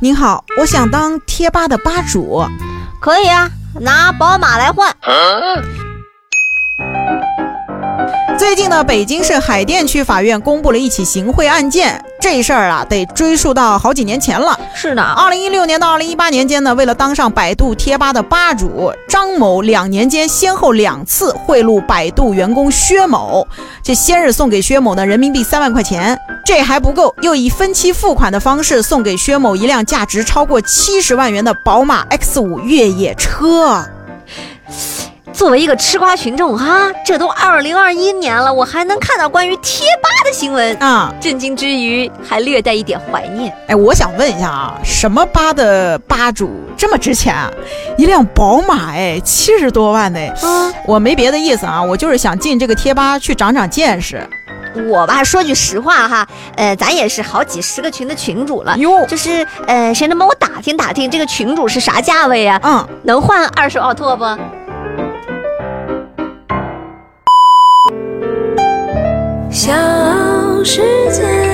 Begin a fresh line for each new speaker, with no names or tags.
您好，我想当贴吧的吧主。
可以啊，拿宝马来换。
最近呢，北京市海淀区法院公布了一起行贿案件，这事儿啊得追溯到好几年前了。
是的，
二零一六年到二零一八年间呢，为了当上百度贴吧的吧主，张某两年间先后两次贿赂百度员工薛某，这先是送给薛某呢人民币三万块钱，这还不够，又以分期付款的方式送给薛某一辆价值超过七十万元的宝马 X 五越野车。
作为一个吃瓜群众哈，这都二零二一年了，我还能看到关于贴吧的新闻，
啊、
震惊之余还略带一点怀念。
哎，我想问一下啊，什么吧的吧主这么值钱啊？一辆宝马哎，七十多万呢、哎。
嗯，
我没别的意思啊，我就是想进这个贴吧去长长见识。
我吧，说句实话哈，呃，咱也是好几十个群的群主了，
哟，
就是呃，谁能帮我打听打听这个群主是啥价位啊？
嗯，
能换二手奥拓不？
小世界。